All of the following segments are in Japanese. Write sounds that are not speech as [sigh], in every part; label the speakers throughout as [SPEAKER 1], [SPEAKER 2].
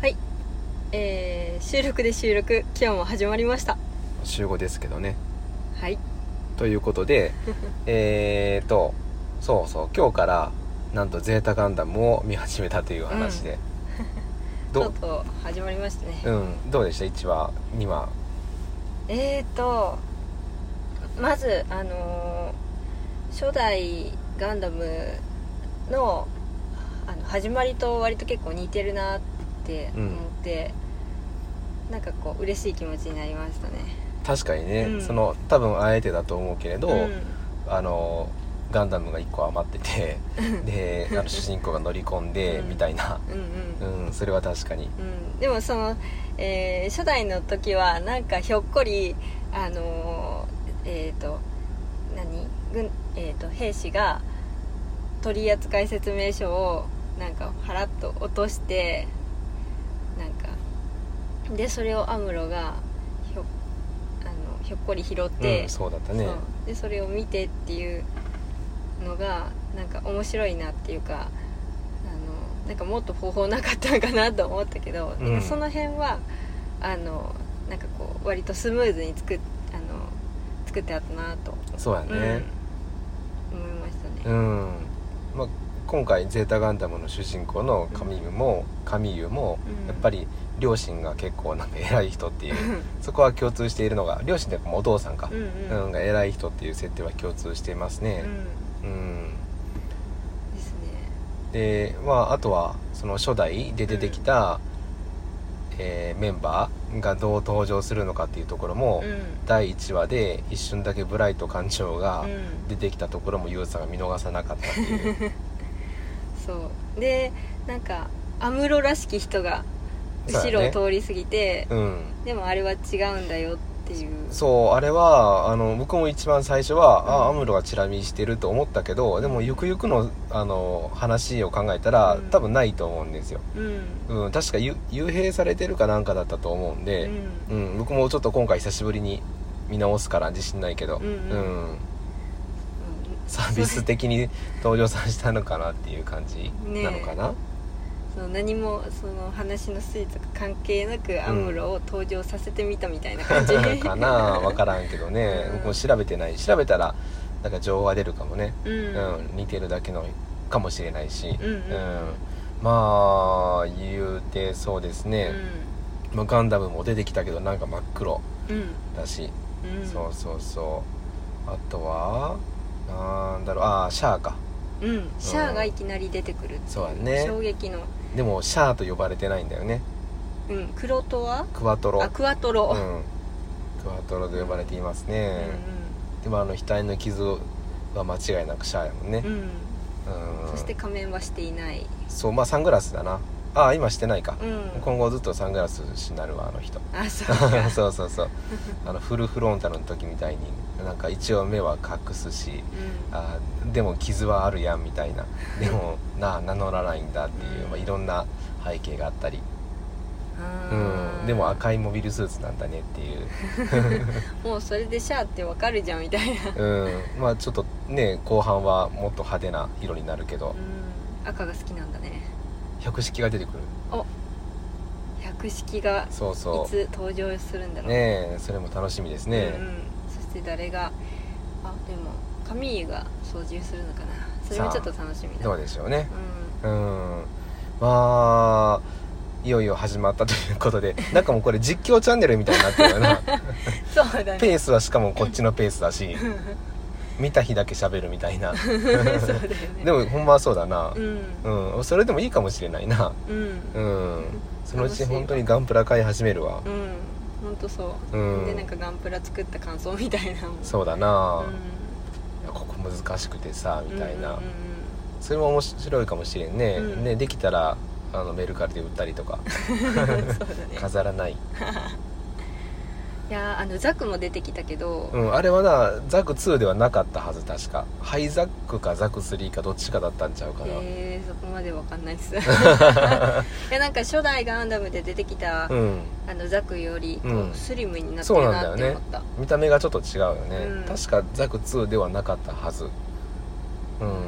[SPEAKER 1] はい、えー、収録で収録今日も始まりました
[SPEAKER 2] 週5ですけどね
[SPEAKER 1] はい
[SPEAKER 2] というこ
[SPEAKER 1] [laughs]
[SPEAKER 2] とでえーとそうそう今日からなんとゼータガンダムを見始めたという話で、
[SPEAKER 1] と
[SPEAKER 2] ど
[SPEAKER 1] う
[SPEAKER 2] う
[SPEAKER 1] とう始まりましたね、
[SPEAKER 2] うんどうでした1話2話
[SPEAKER 1] えーとまずあのー初代ガンダムのあの始まりと割と結構似てるなって思って、なんかこう嬉しい気持ちになりましたね
[SPEAKER 2] 確かにね、
[SPEAKER 1] うん
[SPEAKER 2] その多分あえてだと思うけれど、
[SPEAKER 1] うん
[SPEAKER 2] あのガンダムが1個余っててで
[SPEAKER 1] [laughs]
[SPEAKER 2] あの主人公が乗り込んで
[SPEAKER 1] うん
[SPEAKER 2] みたいな、
[SPEAKER 1] うんうん
[SPEAKER 2] うん、それは確かに
[SPEAKER 1] うん、でもその、えー初代の時はなんかひょっこりあのーえっ、と何軍、えー、と兵士が取扱説明書をなんかハラッと落としてなんかでそれをアムロがひょあのひょっこり拾って、
[SPEAKER 2] うん、そうだったね
[SPEAKER 1] そうでそれを見てっていうのがなんか面白いなっていうかあのなんかもっと方法なかったのかなと思ったけど、
[SPEAKER 2] うん
[SPEAKER 1] なんかその辺はあのなんかこう割とスムーズに作っあの作ってあったなと、
[SPEAKER 2] そうやね
[SPEAKER 1] うん、思いました
[SPEAKER 2] う
[SPEAKER 1] ね。
[SPEAKER 2] ん、まあ、今回ゼータガンダムの主人公のカミユも、カミユも
[SPEAKER 1] うん
[SPEAKER 2] やっぱり両親が結構なんか偉い人っ
[SPEAKER 1] [laughs]
[SPEAKER 2] ていうそこは共通しているのが両親というかもうお父さんか
[SPEAKER 1] う、んうん
[SPEAKER 2] う、ん、が偉い人っていう設定は共通していますね
[SPEAKER 1] うん
[SPEAKER 2] うん
[SPEAKER 1] ですね。
[SPEAKER 2] でまああとはその初代で出てきた、えーメンバーがどう登場するのかっていうところも、
[SPEAKER 1] うん
[SPEAKER 2] 第1話で一瞬だけブライト艦長が
[SPEAKER 1] うん
[SPEAKER 2] 出てきたところもユウさんが見逃さなかったっ
[SPEAKER 1] [laughs]
[SPEAKER 2] ていう
[SPEAKER 1] そうでなんかアムロらしき人が
[SPEAKER 2] そう
[SPEAKER 1] 後
[SPEAKER 2] や
[SPEAKER 1] ろ
[SPEAKER 2] ね
[SPEAKER 1] を通り過ぎて、
[SPEAKER 2] うん
[SPEAKER 1] でもあれは違うんだよっていう
[SPEAKER 2] そうあれはあの僕も一番最初は、あアムロがチラ見してると思ったけどでもゆくゆくのあの話を考えたら、
[SPEAKER 1] うん
[SPEAKER 2] 多分ないと思うんですよ、
[SPEAKER 1] うん
[SPEAKER 2] うん、確かゆ幽閉されてるかなんかだったと思うん
[SPEAKER 1] う
[SPEAKER 2] で、
[SPEAKER 1] ん
[SPEAKER 2] うん僕もちょっと今回久しぶりに見直すから自信ないけど、
[SPEAKER 1] うんうん
[SPEAKER 2] サービス的に登場させたのかなっていう感じ
[SPEAKER 1] ねえ
[SPEAKER 2] なのかな、
[SPEAKER 1] [laughs] その何もその話の推とか関係なくアムロを登場させてみたみたいな感 [laughs] じ、
[SPEAKER 2] なのかな分からんけどね、
[SPEAKER 1] うん
[SPEAKER 2] 僕も調べてない調べたらなんか情報が出るかもね、
[SPEAKER 1] うん、う
[SPEAKER 2] うんん似てるだけのかもしれないし、
[SPEAKER 1] うんうん
[SPEAKER 2] まあ言うてそうですね、まあガンダムも出てきたけどなんか真っ黒
[SPEAKER 1] うん
[SPEAKER 2] だし、
[SPEAKER 1] うん
[SPEAKER 2] そうそうそうあとはなんだろうああシャアか
[SPEAKER 1] うんシャアがいきなり出てくるってい
[SPEAKER 2] そうだね
[SPEAKER 1] 衝撃の、
[SPEAKER 2] でもシャアと呼ばれてないんだよね
[SPEAKER 1] うん、クロトワ
[SPEAKER 2] クワトロ
[SPEAKER 1] あクワトロ、
[SPEAKER 2] う
[SPEAKER 1] うん
[SPEAKER 2] ん、クワトロと呼ばれています
[SPEAKER 1] う
[SPEAKER 2] ね、でもあの額の傷は間違いなくシャアやもんね
[SPEAKER 1] んうん
[SPEAKER 2] うん
[SPEAKER 1] そして仮面はしていない、
[SPEAKER 2] そうまあサングラスだなああ今してないか
[SPEAKER 1] う、ん、
[SPEAKER 2] 今後ずっとサングラスになるわあの人
[SPEAKER 1] あそうか
[SPEAKER 2] [laughs] そうそうそうあのフルフロンタルの時みたいになんか一応目は隠すし
[SPEAKER 1] うん
[SPEAKER 2] あでも傷はあるやんみ
[SPEAKER 1] [laughs]
[SPEAKER 2] たいなでもなあ名乗らないんだっていう、まあ、いろんな背景があったり、
[SPEAKER 1] あ
[SPEAKER 2] う
[SPEAKER 1] ー
[SPEAKER 2] ん、でも赤いモビルスーツなんだねって
[SPEAKER 1] [laughs]
[SPEAKER 2] いう
[SPEAKER 1] もうそれでシャアってわかるじゃんみたいな、
[SPEAKER 2] うんまあちょっとね後半はもっと派手な色になるけど
[SPEAKER 1] うん、赤が好きなんだね
[SPEAKER 2] 百式が出てくる
[SPEAKER 1] 百式が
[SPEAKER 2] そうそ
[SPEAKER 1] いつ登場するんだ
[SPEAKER 2] う
[SPEAKER 1] ろう
[SPEAKER 2] ねえそれも楽しみですね、
[SPEAKER 1] うんうん、そして誰があでもカミーユが操縦するのかなそれもちょっと楽しみだ
[SPEAKER 2] ど
[SPEAKER 1] う
[SPEAKER 2] うでしょうね
[SPEAKER 1] ん
[SPEAKER 2] うんまあいよいよ始まったということ
[SPEAKER 1] [laughs]
[SPEAKER 2] でなんかもうこれ実況チャンネルみたいになってるよな
[SPEAKER 1] そうだね
[SPEAKER 2] ペースはしかもこっちのペースだし見た日だけ喋るみたいな
[SPEAKER 1] [laughs] そうだよね
[SPEAKER 2] でもほんまはそうだな
[SPEAKER 1] うん
[SPEAKER 2] うん、それでもいいかもしれないな
[SPEAKER 1] うん
[SPEAKER 2] うんそのうち本当にガンプラ買い始めるわ
[SPEAKER 1] うんほんとそう、
[SPEAKER 2] うん
[SPEAKER 1] でなんかガンプラ作った感想みたいなのも
[SPEAKER 2] そうだ
[SPEAKER 1] う
[SPEAKER 2] な、
[SPEAKER 1] ん
[SPEAKER 2] いやここ難しくてさみたいな、
[SPEAKER 1] うんうん
[SPEAKER 2] それも面白いかもしれんね、
[SPEAKER 1] うん
[SPEAKER 2] ねできたらあのメルカリで売ったり
[SPEAKER 1] [laughs]
[SPEAKER 2] とか
[SPEAKER 1] うんそうだね
[SPEAKER 2] 飾らない、
[SPEAKER 1] いやーあのザクも出てきたけど、
[SPEAKER 2] うん、あれはなザク2ではなかったはず確かハイザックかザク3かどっちかだったんちゃうかな、
[SPEAKER 1] えー、そこまでわかんないっ
[SPEAKER 2] [laughs]
[SPEAKER 1] すいやなんか初代ガンダムで出てきた、
[SPEAKER 2] うん
[SPEAKER 1] あのザクよりこう
[SPEAKER 2] うん
[SPEAKER 1] スリムになって
[SPEAKER 2] そう
[SPEAKER 1] る
[SPEAKER 2] な
[SPEAKER 1] なっ
[SPEAKER 2] ん
[SPEAKER 1] て
[SPEAKER 2] だよ
[SPEAKER 1] 思
[SPEAKER 2] ね
[SPEAKER 1] った、
[SPEAKER 2] 見た目がちょっと違うよね、
[SPEAKER 1] うん
[SPEAKER 2] 確かザク2ではなかったはずうん
[SPEAKER 1] うーん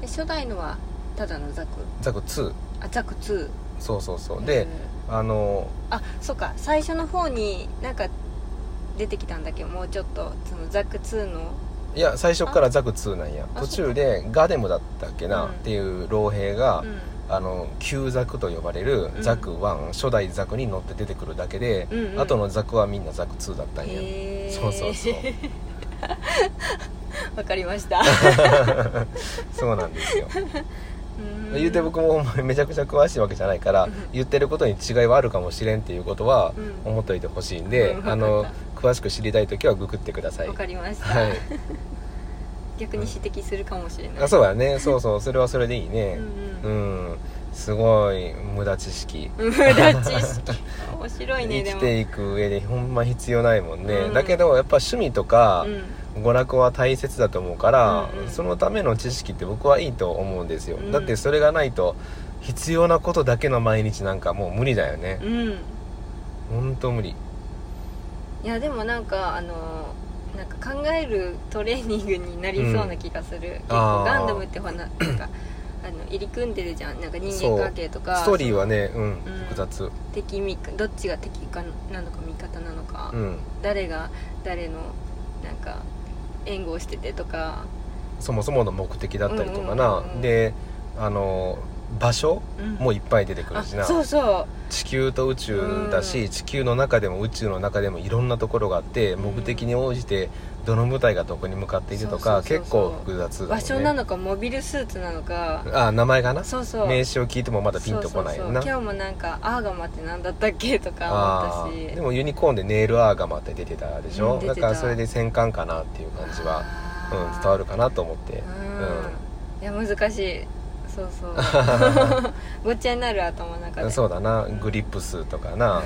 [SPEAKER 1] で初代のはただのザク
[SPEAKER 2] ザク2
[SPEAKER 1] あザク2
[SPEAKER 2] そうそうそう
[SPEAKER 1] う
[SPEAKER 2] で
[SPEAKER 1] ん
[SPEAKER 2] あの
[SPEAKER 1] あそうか最初の方になんか出てきたんだけどもうちょっとそのザク2の
[SPEAKER 2] いや最初からザク2なんや
[SPEAKER 1] あ
[SPEAKER 2] 途中でガデムだったっけな、
[SPEAKER 1] うん
[SPEAKER 2] っていう老兵が、
[SPEAKER 1] うん
[SPEAKER 2] あの旧ザクと呼ばれる
[SPEAKER 1] うん
[SPEAKER 2] ザク1、初代ザクに乗って出てくるだけで、
[SPEAKER 1] うんうん
[SPEAKER 2] 後のザクはみんなザク2だったんや、
[SPEAKER 1] へえ
[SPEAKER 2] そうそうそう
[SPEAKER 1] [laughs] わかりました
[SPEAKER 2] [laughs] そうなんですよ
[SPEAKER 1] うん
[SPEAKER 2] 言うて僕もほんまにめちゃくちゃ詳しいわけじゃないから、
[SPEAKER 1] うん
[SPEAKER 2] 言ってることに違いはあるかもしれんっていうことは
[SPEAKER 1] うん
[SPEAKER 2] 思っといてほしいんで、
[SPEAKER 1] うん
[SPEAKER 2] あの詳しく知りたい時はググってください
[SPEAKER 1] わかりました、
[SPEAKER 2] はい
[SPEAKER 1] 逆に指摘するかもしれない
[SPEAKER 2] あそうだねそうそうそれはそれでいいね
[SPEAKER 1] うん
[SPEAKER 2] う
[SPEAKER 1] うん
[SPEAKER 2] [laughs] ん、すごい無駄知識
[SPEAKER 1] 無駄知識 [laughs] 面白いね
[SPEAKER 2] 生
[SPEAKER 1] で
[SPEAKER 2] き
[SPEAKER 1] も
[SPEAKER 2] ていく上でほんま必要ないもんね、
[SPEAKER 1] うん
[SPEAKER 2] だけどやっぱ趣味とか
[SPEAKER 1] うん
[SPEAKER 2] 娯楽は大切だと思うから、
[SPEAKER 1] うんうん
[SPEAKER 2] そのための知識って僕はいいと思うんですよ、
[SPEAKER 1] うん
[SPEAKER 2] だってそれがないと必要なことだけの毎日なんかもう無理だよね、
[SPEAKER 1] うん
[SPEAKER 2] ほんと無理
[SPEAKER 1] いやでもなんかあのなんか考えるトレーニングになりそうな気がする、結構
[SPEAKER 2] あー
[SPEAKER 1] ガンダムってほらなんかあの入り組んでるじゃんなんか人間関係とか
[SPEAKER 2] ストーリーはねうん、
[SPEAKER 1] ん
[SPEAKER 2] 複雑
[SPEAKER 1] 敵味方どっちが敵かなのか味方なのか、
[SPEAKER 2] うん
[SPEAKER 1] 誰が誰のなんか援護をしててとか、
[SPEAKER 2] そもそもの目的だったりとかな、
[SPEAKER 1] うんうんうん
[SPEAKER 2] であの場所
[SPEAKER 1] うん
[SPEAKER 2] もいっぱい出てくるしな
[SPEAKER 1] あそうそう
[SPEAKER 2] 地球と宇宙だし、
[SPEAKER 1] うん
[SPEAKER 2] 地球の中でも宇宙の中でもいろんなところがあって
[SPEAKER 1] うん
[SPEAKER 2] 目的に応じてどの部隊がどこに向かっているとか
[SPEAKER 1] そうそうそうそう
[SPEAKER 2] 結構複雑だもん
[SPEAKER 1] 場
[SPEAKER 2] ね
[SPEAKER 1] 所なのかモビルスーツなのか
[SPEAKER 2] あ名前がな
[SPEAKER 1] そうそう
[SPEAKER 2] 名刺を聞いてもまだピンとこない
[SPEAKER 1] そ
[SPEAKER 2] よ
[SPEAKER 1] うそう
[SPEAKER 2] な
[SPEAKER 1] そう今日もなんかアーガマって何だったっけとか
[SPEAKER 2] あ
[SPEAKER 1] 思った
[SPEAKER 2] ー
[SPEAKER 1] し
[SPEAKER 2] でもユニコーンでネイルアーガマって出てたでしょ、
[SPEAKER 1] うん出
[SPEAKER 2] だ
[SPEAKER 1] てた
[SPEAKER 2] からそれで戦艦かなっていう感じは、うん、伝わるかなと思って
[SPEAKER 1] うん、いや難しいそうそう
[SPEAKER 2] [laughs]
[SPEAKER 1] ごっちゃになる頭の中で
[SPEAKER 2] そうだなグリップスとかな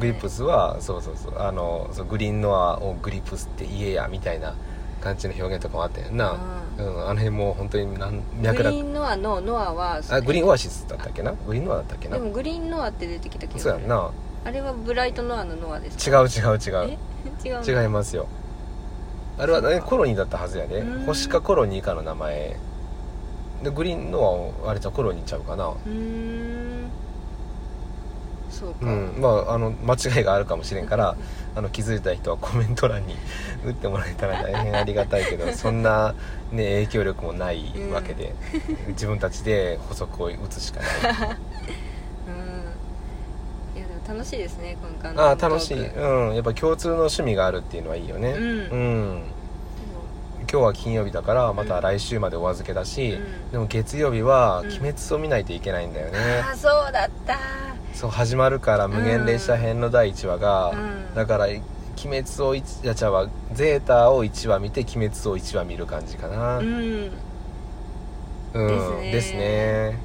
[SPEAKER 2] グリップ
[SPEAKER 1] ス
[SPEAKER 2] スはそうそうそうあのそうグリーンノアをグリップスって言えやみたいな感じの表現とかもあったよな、うん、あの辺もう本当になん
[SPEAKER 1] グリ
[SPEAKER 2] 脈絡
[SPEAKER 1] ーンノアのノアは
[SPEAKER 2] あグリーン
[SPEAKER 1] は
[SPEAKER 2] オアシスだったっけなグリーンノアだったっけな
[SPEAKER 1] でもグリーンノアって出てきたけど
[SPEAKER 2] そうやんな
[SPEAKER 1] あれはブライトノアのノアです
[SPEAKER 2] 違
[SPEAKER 1] か
[SPEAKER 2] う違う違う
[SPEAKER 1] 違う
[SPEAKER 2] 違いますよあれは、
[SPEAKER 1] そ
[SPEAKER 2] ね、
[SPEAKER 1] うか
[SPEAKER 2] コロニーだったはずやで、
[SPEAKER 1] うん
[SPEAKER 2] 星かコロニーかの名前でグリーンノアをあれじゃうコロニーちゃうかな
[SPEAKER 1] うーんそう
[SPEAKER 2] う
[SPEAKER 1] か、
[SPEAKER 2] んまああの間違いがあるかもしれんからあの気づいた人はコメント欄に [laughs] 打ってもらえたら大変ありがたいけ
[SPEAKER 1] [laughs]
[SPEAKER 2] どそんな、ね、影響力もないわけで、自分たちで補足を打つしかない
[SPEAKER 1] [laughs] うんいやでも楽しいですね今回の
[SPEAKER 2] ああ楽し
[SPEAKER 1] ト
[SPEAKER 2] い、
[SPEAKER 1] ーク
[SPEAKER 2] うん、やっぱ共通の趣味があるっていうのはいいよね
[SPEAKER 1] うん
[SPEAKER 2] ん今日は金曜日だからまた来週までお預けだし、
[SPEAKER 1] うん
[SPEAKER 2] でも月曜日は
[SPEAKER 1] うん
[SPEAKER 2] 「鬼滅」を見ないといけないんだよね、
[SPEAKER 1] ああそうだった
[SPEAKER 2] そう始まるから無限列車編の第1話が、
[SPEAKER 1] うん
[SPEAKER 2] だから「鬼滅」をいやちゃうわゼータを1話見て「鬼滅」を1話見る感じかな
[SPEAKER 1] う、ん
[SPEAKER 2] うん
[SPEAKER 1] ですね
[SPEAKER 2] ね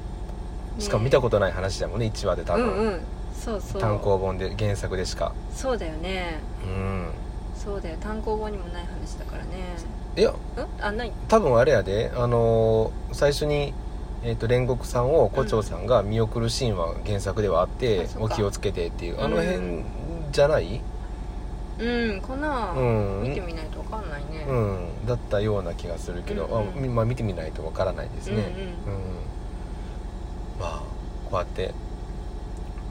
[SPEAKER 2] しかも見たことない話だもんね1話で多分、
[SPEAKER 1] うんうんそうそう
[SPEAKER 2] 単行本で原作でしか
[SPEAKER 1] そうだよね
[SPEAKER 2] うん
[SPEAKER 1] そうだよ単行本にもない話だからね
[SPEAKER 2] いや
[SPEAKER 1] うんあない
[SPEAKER 2] 多分あれやで、あのー最初に、えー、と煉獄さんを胡蝶さんが見送るシーンは原作ではあって
[SPEAKER 1] あ、そっ
[SPEAKER 2] お
[SPEAKER 1] か
[SPEAKER 2] 気をつけてっていうあの
[SPEAKER 1] う
[SPEAKER 2] 辺じゃない
[SPEAKER 1] うんかな、
[SPEAKER 2] うん、
[SPEAKER 1] 見てみないとわかんないね、
[SPEAKER 2] うん、だったような気がするけど、
[SPEAKER 1] うんうん
[SPEAKER 2] あみまあ、見てみないとわからないですね、
[SPEAKER 1] うん
[SPEAKER 2] うんまあこうやって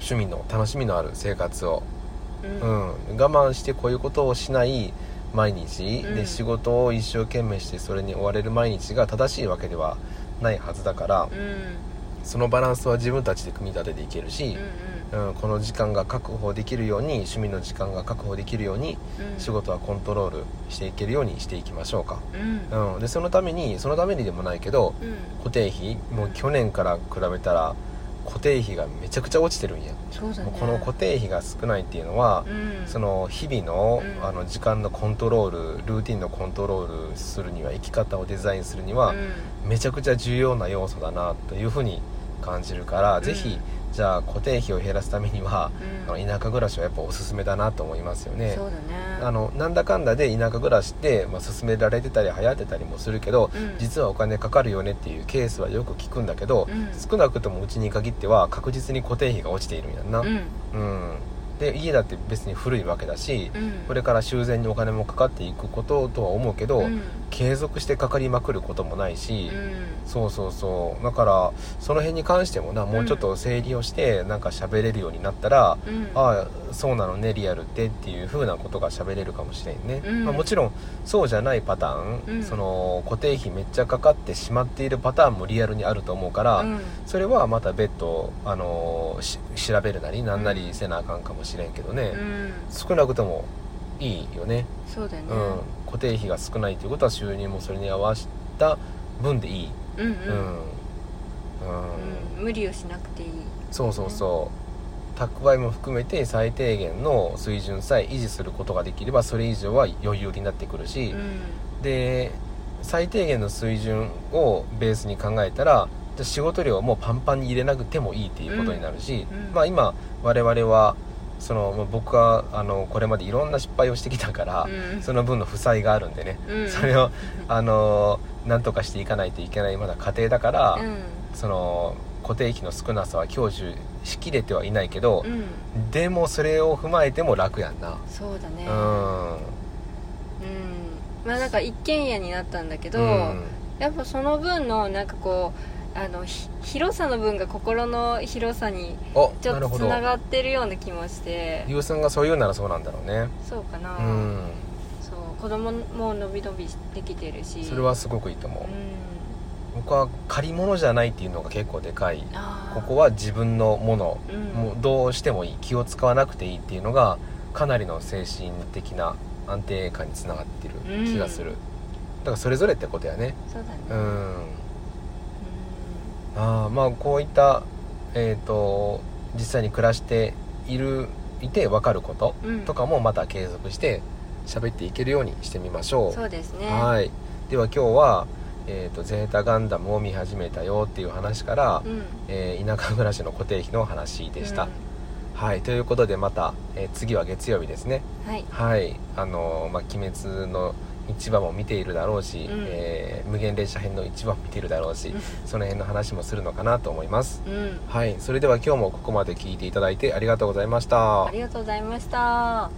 [SPEAKER 2] 趣味の楽しみのある生活を、
[SPEAKER 1] うん
[SPEAKER 2] うん我慢してこういうことをしない毎日、
[SPEAKER 1] うん
[SPEAKER 2] で仕事を一生懸命してそれに追われる毎日が正しいわけではないはずだから、
[SPEAKER 1] うんうん
[SPEAKER 2] そのバランスは自分たちで組み立てていけるし、
[SPEAKER 1] う
[SPEAKER 2] うんこの時間が確保できるように趣味の時間が確保できるように
[SPEAKER 1] んうん
[SPEAKER 2] 仕事はコントロールしていけるようにしていきましょうか、
[SPEAKER 1] うんうん
[SPEAKER 2] うん、でそのためにそのためにでもないけど固定費もう去年から比べたら固定費がめちゃくちゃ落ちてるんや、
[SPEAKER 1] そうだ
[SPEAKER 2] もう
[SPEAKER 1] ね
[SPEAKER 2] この固定費が少ないっていうのは、
[SPEAKER 1] うん
[SPEAKER 2] その日々の,、
[SPEAKER 1] うん
[SPEAKER 2] あの時間のコントロールルーティンのコントロールするには生き方をデザインするには、
[SPEAKER 1] う
[SPEAKER 2] めちゃくちゃ重要な要素だなというふうに感じるから、
[SPEAKER 1] うん
[SPEAKER 2] ぜひじゃあ固定費を減らすためには、
[SPEAKER 1] ん
[SPEAKER 2] あの田舎暮らしはやっぱおすすめだなと思いますよね
[SPEAKER 1] そうだね
[SPEAKER 2] あのなんだかんだで田舎暮らしって、まあ、勧められてたり流行ってたりもするけど、
[SPEAKER 1] うん
[SPEAKER 2] 実はお金かかるよねっていうケースはよく聞くんだけど、
[SPEAKER 1] うん
[SPEAKER 2] 少なくともうちに限っては確実に固定費が落ちているんやんな、
[SPEAKER 1] うん
[SPEAKER 2] うんで家だって別に古いわけだし、
[SPEAKER 1] うん
[SPEAKER 2] これから修繕にお金もかかっていくこととは思うけど、
[SPEAKER 1] うん
[SPEAKER 2] 継続してかかりまくることもないし、
[SPEAKER 1] うん
[SPEAKER 2] そうそうそうだからその辺に関してもなもうちょっと整理をしてなんか喋れるようになったら、
[SPEAKER 1] うん
[SPEAKER 2] ああそうなのねリアルってっていう風なことが喋れるかもしれんね、
[SPEAKER 1] うん
[SPEAKER 2] まあ、もちろんそうじゃないパター
[SPEAKER 1] う
[SPEAKER 2] ン、
[SPEAKER 1] ん
[SPEAKER 2] その固定費めっちゃかかってしまっているパターンもリアルにあると思うから、
[SPEAKER 1] うん
[SPEAKER 2] それはまた別途、あのーし調べるなりなんなりせなあかんかもしれんけどね、
[SPEAKER 1] うん
[SPEAKER 2] 少なくともいいよね、
[SPEAKER 1] そうだね
[SPEAKER 2] うん固定費が少ないということは収入もそれに合わせた分でいい、
[SPEAKER 1] うんうん
[SPEAKER 2] うんうん
[SPEAKER 1] うん無理をしなくていい
[SPEAKER 2] そうそうそう蓄えも含めて最低限の水準さえ維持することができればそれ以上は余裕になってくるし
[SPEAKER 1] う、ん
[SPEAKER 2] で最低限の水準をベースに考えたらじゃあ仕事量をもうパンパンに入れなくてもいいっていうことになるし、
[SPEAKER 1] うんうん
[SPEAKER 2] まあ今我々はそのまあ僕はあのこれまでいろんな失敗をしてきたから、
[SPEAKER 1] うん
[SPEAKER 2] その分の負債があるんでね、
[SPEAKER 1] うん
[SPEAKER 2] それをあのなんとかしていかないといけないまだ過程だから、
[SPEAKER 1] う
[SPEAKER 2] その固定費の少なさは享受しきれてはいないけど
[SPEAKER 1] ん、うん
[SPEAKER 2] でもそれを踏まえても楽やんな、
[SPEAKER 1] そうだね
[SPEAKER 2] うん
[SPEAKER 1] うんまあなんか一軒家になったんだけど、
[SPEAKER 2] うん
[SPEAKER 1] やっぱその分のなんかこうあのひ広さの分が心の広さに
[SPEAKER 2] お
[SPEAKER 1] ちょ
[SPEAKER 2] な
[SPEAKER 1] っ
[SPEAKER 2] る
[SPEAKER 1] と
[SPEAKER 2] ほ
[SPEAKER 1] つ
[SPEAKER 2] ど
[SPEAKER 1] ながってるような気もして
[SPEAKER 2] 優さんがそう言うならそうなんだろうね
[SPEAKER 1] そうかな、
[SPEAKER 2] うん
[SPEAKER 1] そう子供も伸び伸びできてるし
[SPEAKER 2] それはすごくいいと
[SPEAKER 1] う
[SPEAKER 2] 思
[SPEAKER 1] ん
[SPEAKER 2] う僕は借り物じゃないっていうのが結構でかい
[SPEAKER 1] あー
[SPEAKER 2] ここは自分のもの
[SPEAKER 1] うん
[SPEAKER 2] もうどうしてもいい気を使わなくていいっていうのがかなりの精神的な安定感につながってる気がする、
[SPEAKER 1] う
[SPEAKER 2] だからそれぞれってことやね
[SPEAKER 1] そうだね
[SPEAKER 2] う
[SPEAKER 1] うん
[SPEAKER 2] んあーまあこういった、えー、と実際に暮らしているいて分かること
[SPEAKER 1] うん
[SPEAKER 2] とかもまた継続して喋っていけるようにしてみましょう
[SPEAKER 1] そうですね
[SPEAKER 2] はいでは今日は、えーと「ゼータガンダムを見始めたよ」っていう話から、
[SPEAKER 1] うん
[SPEAKER 2] えー田舎暮らしの固定費の話でした、
[SPEAKER 1] うん
[SPEAKER 2] はいということでまた、えー次は月曜日ですね
[SPEAKER 1] はい
[SPEAKER 2] はいあのーまあ「鬼滅」の一話も見ているだろうし、
[SPEAKER 1] うん
[SPEAKER 2] えー無限列車編の一話も見ているだろうし、
[SPEAKER 1] うん
[SPEAKER 2] その辺の話もするのかなと思います
[SPEAKER 1] うん
[SPEAKER 2] はいそれでは今日もここまで聞いていただいてありがとうございました
[SPEAKER 1] ありがとうございました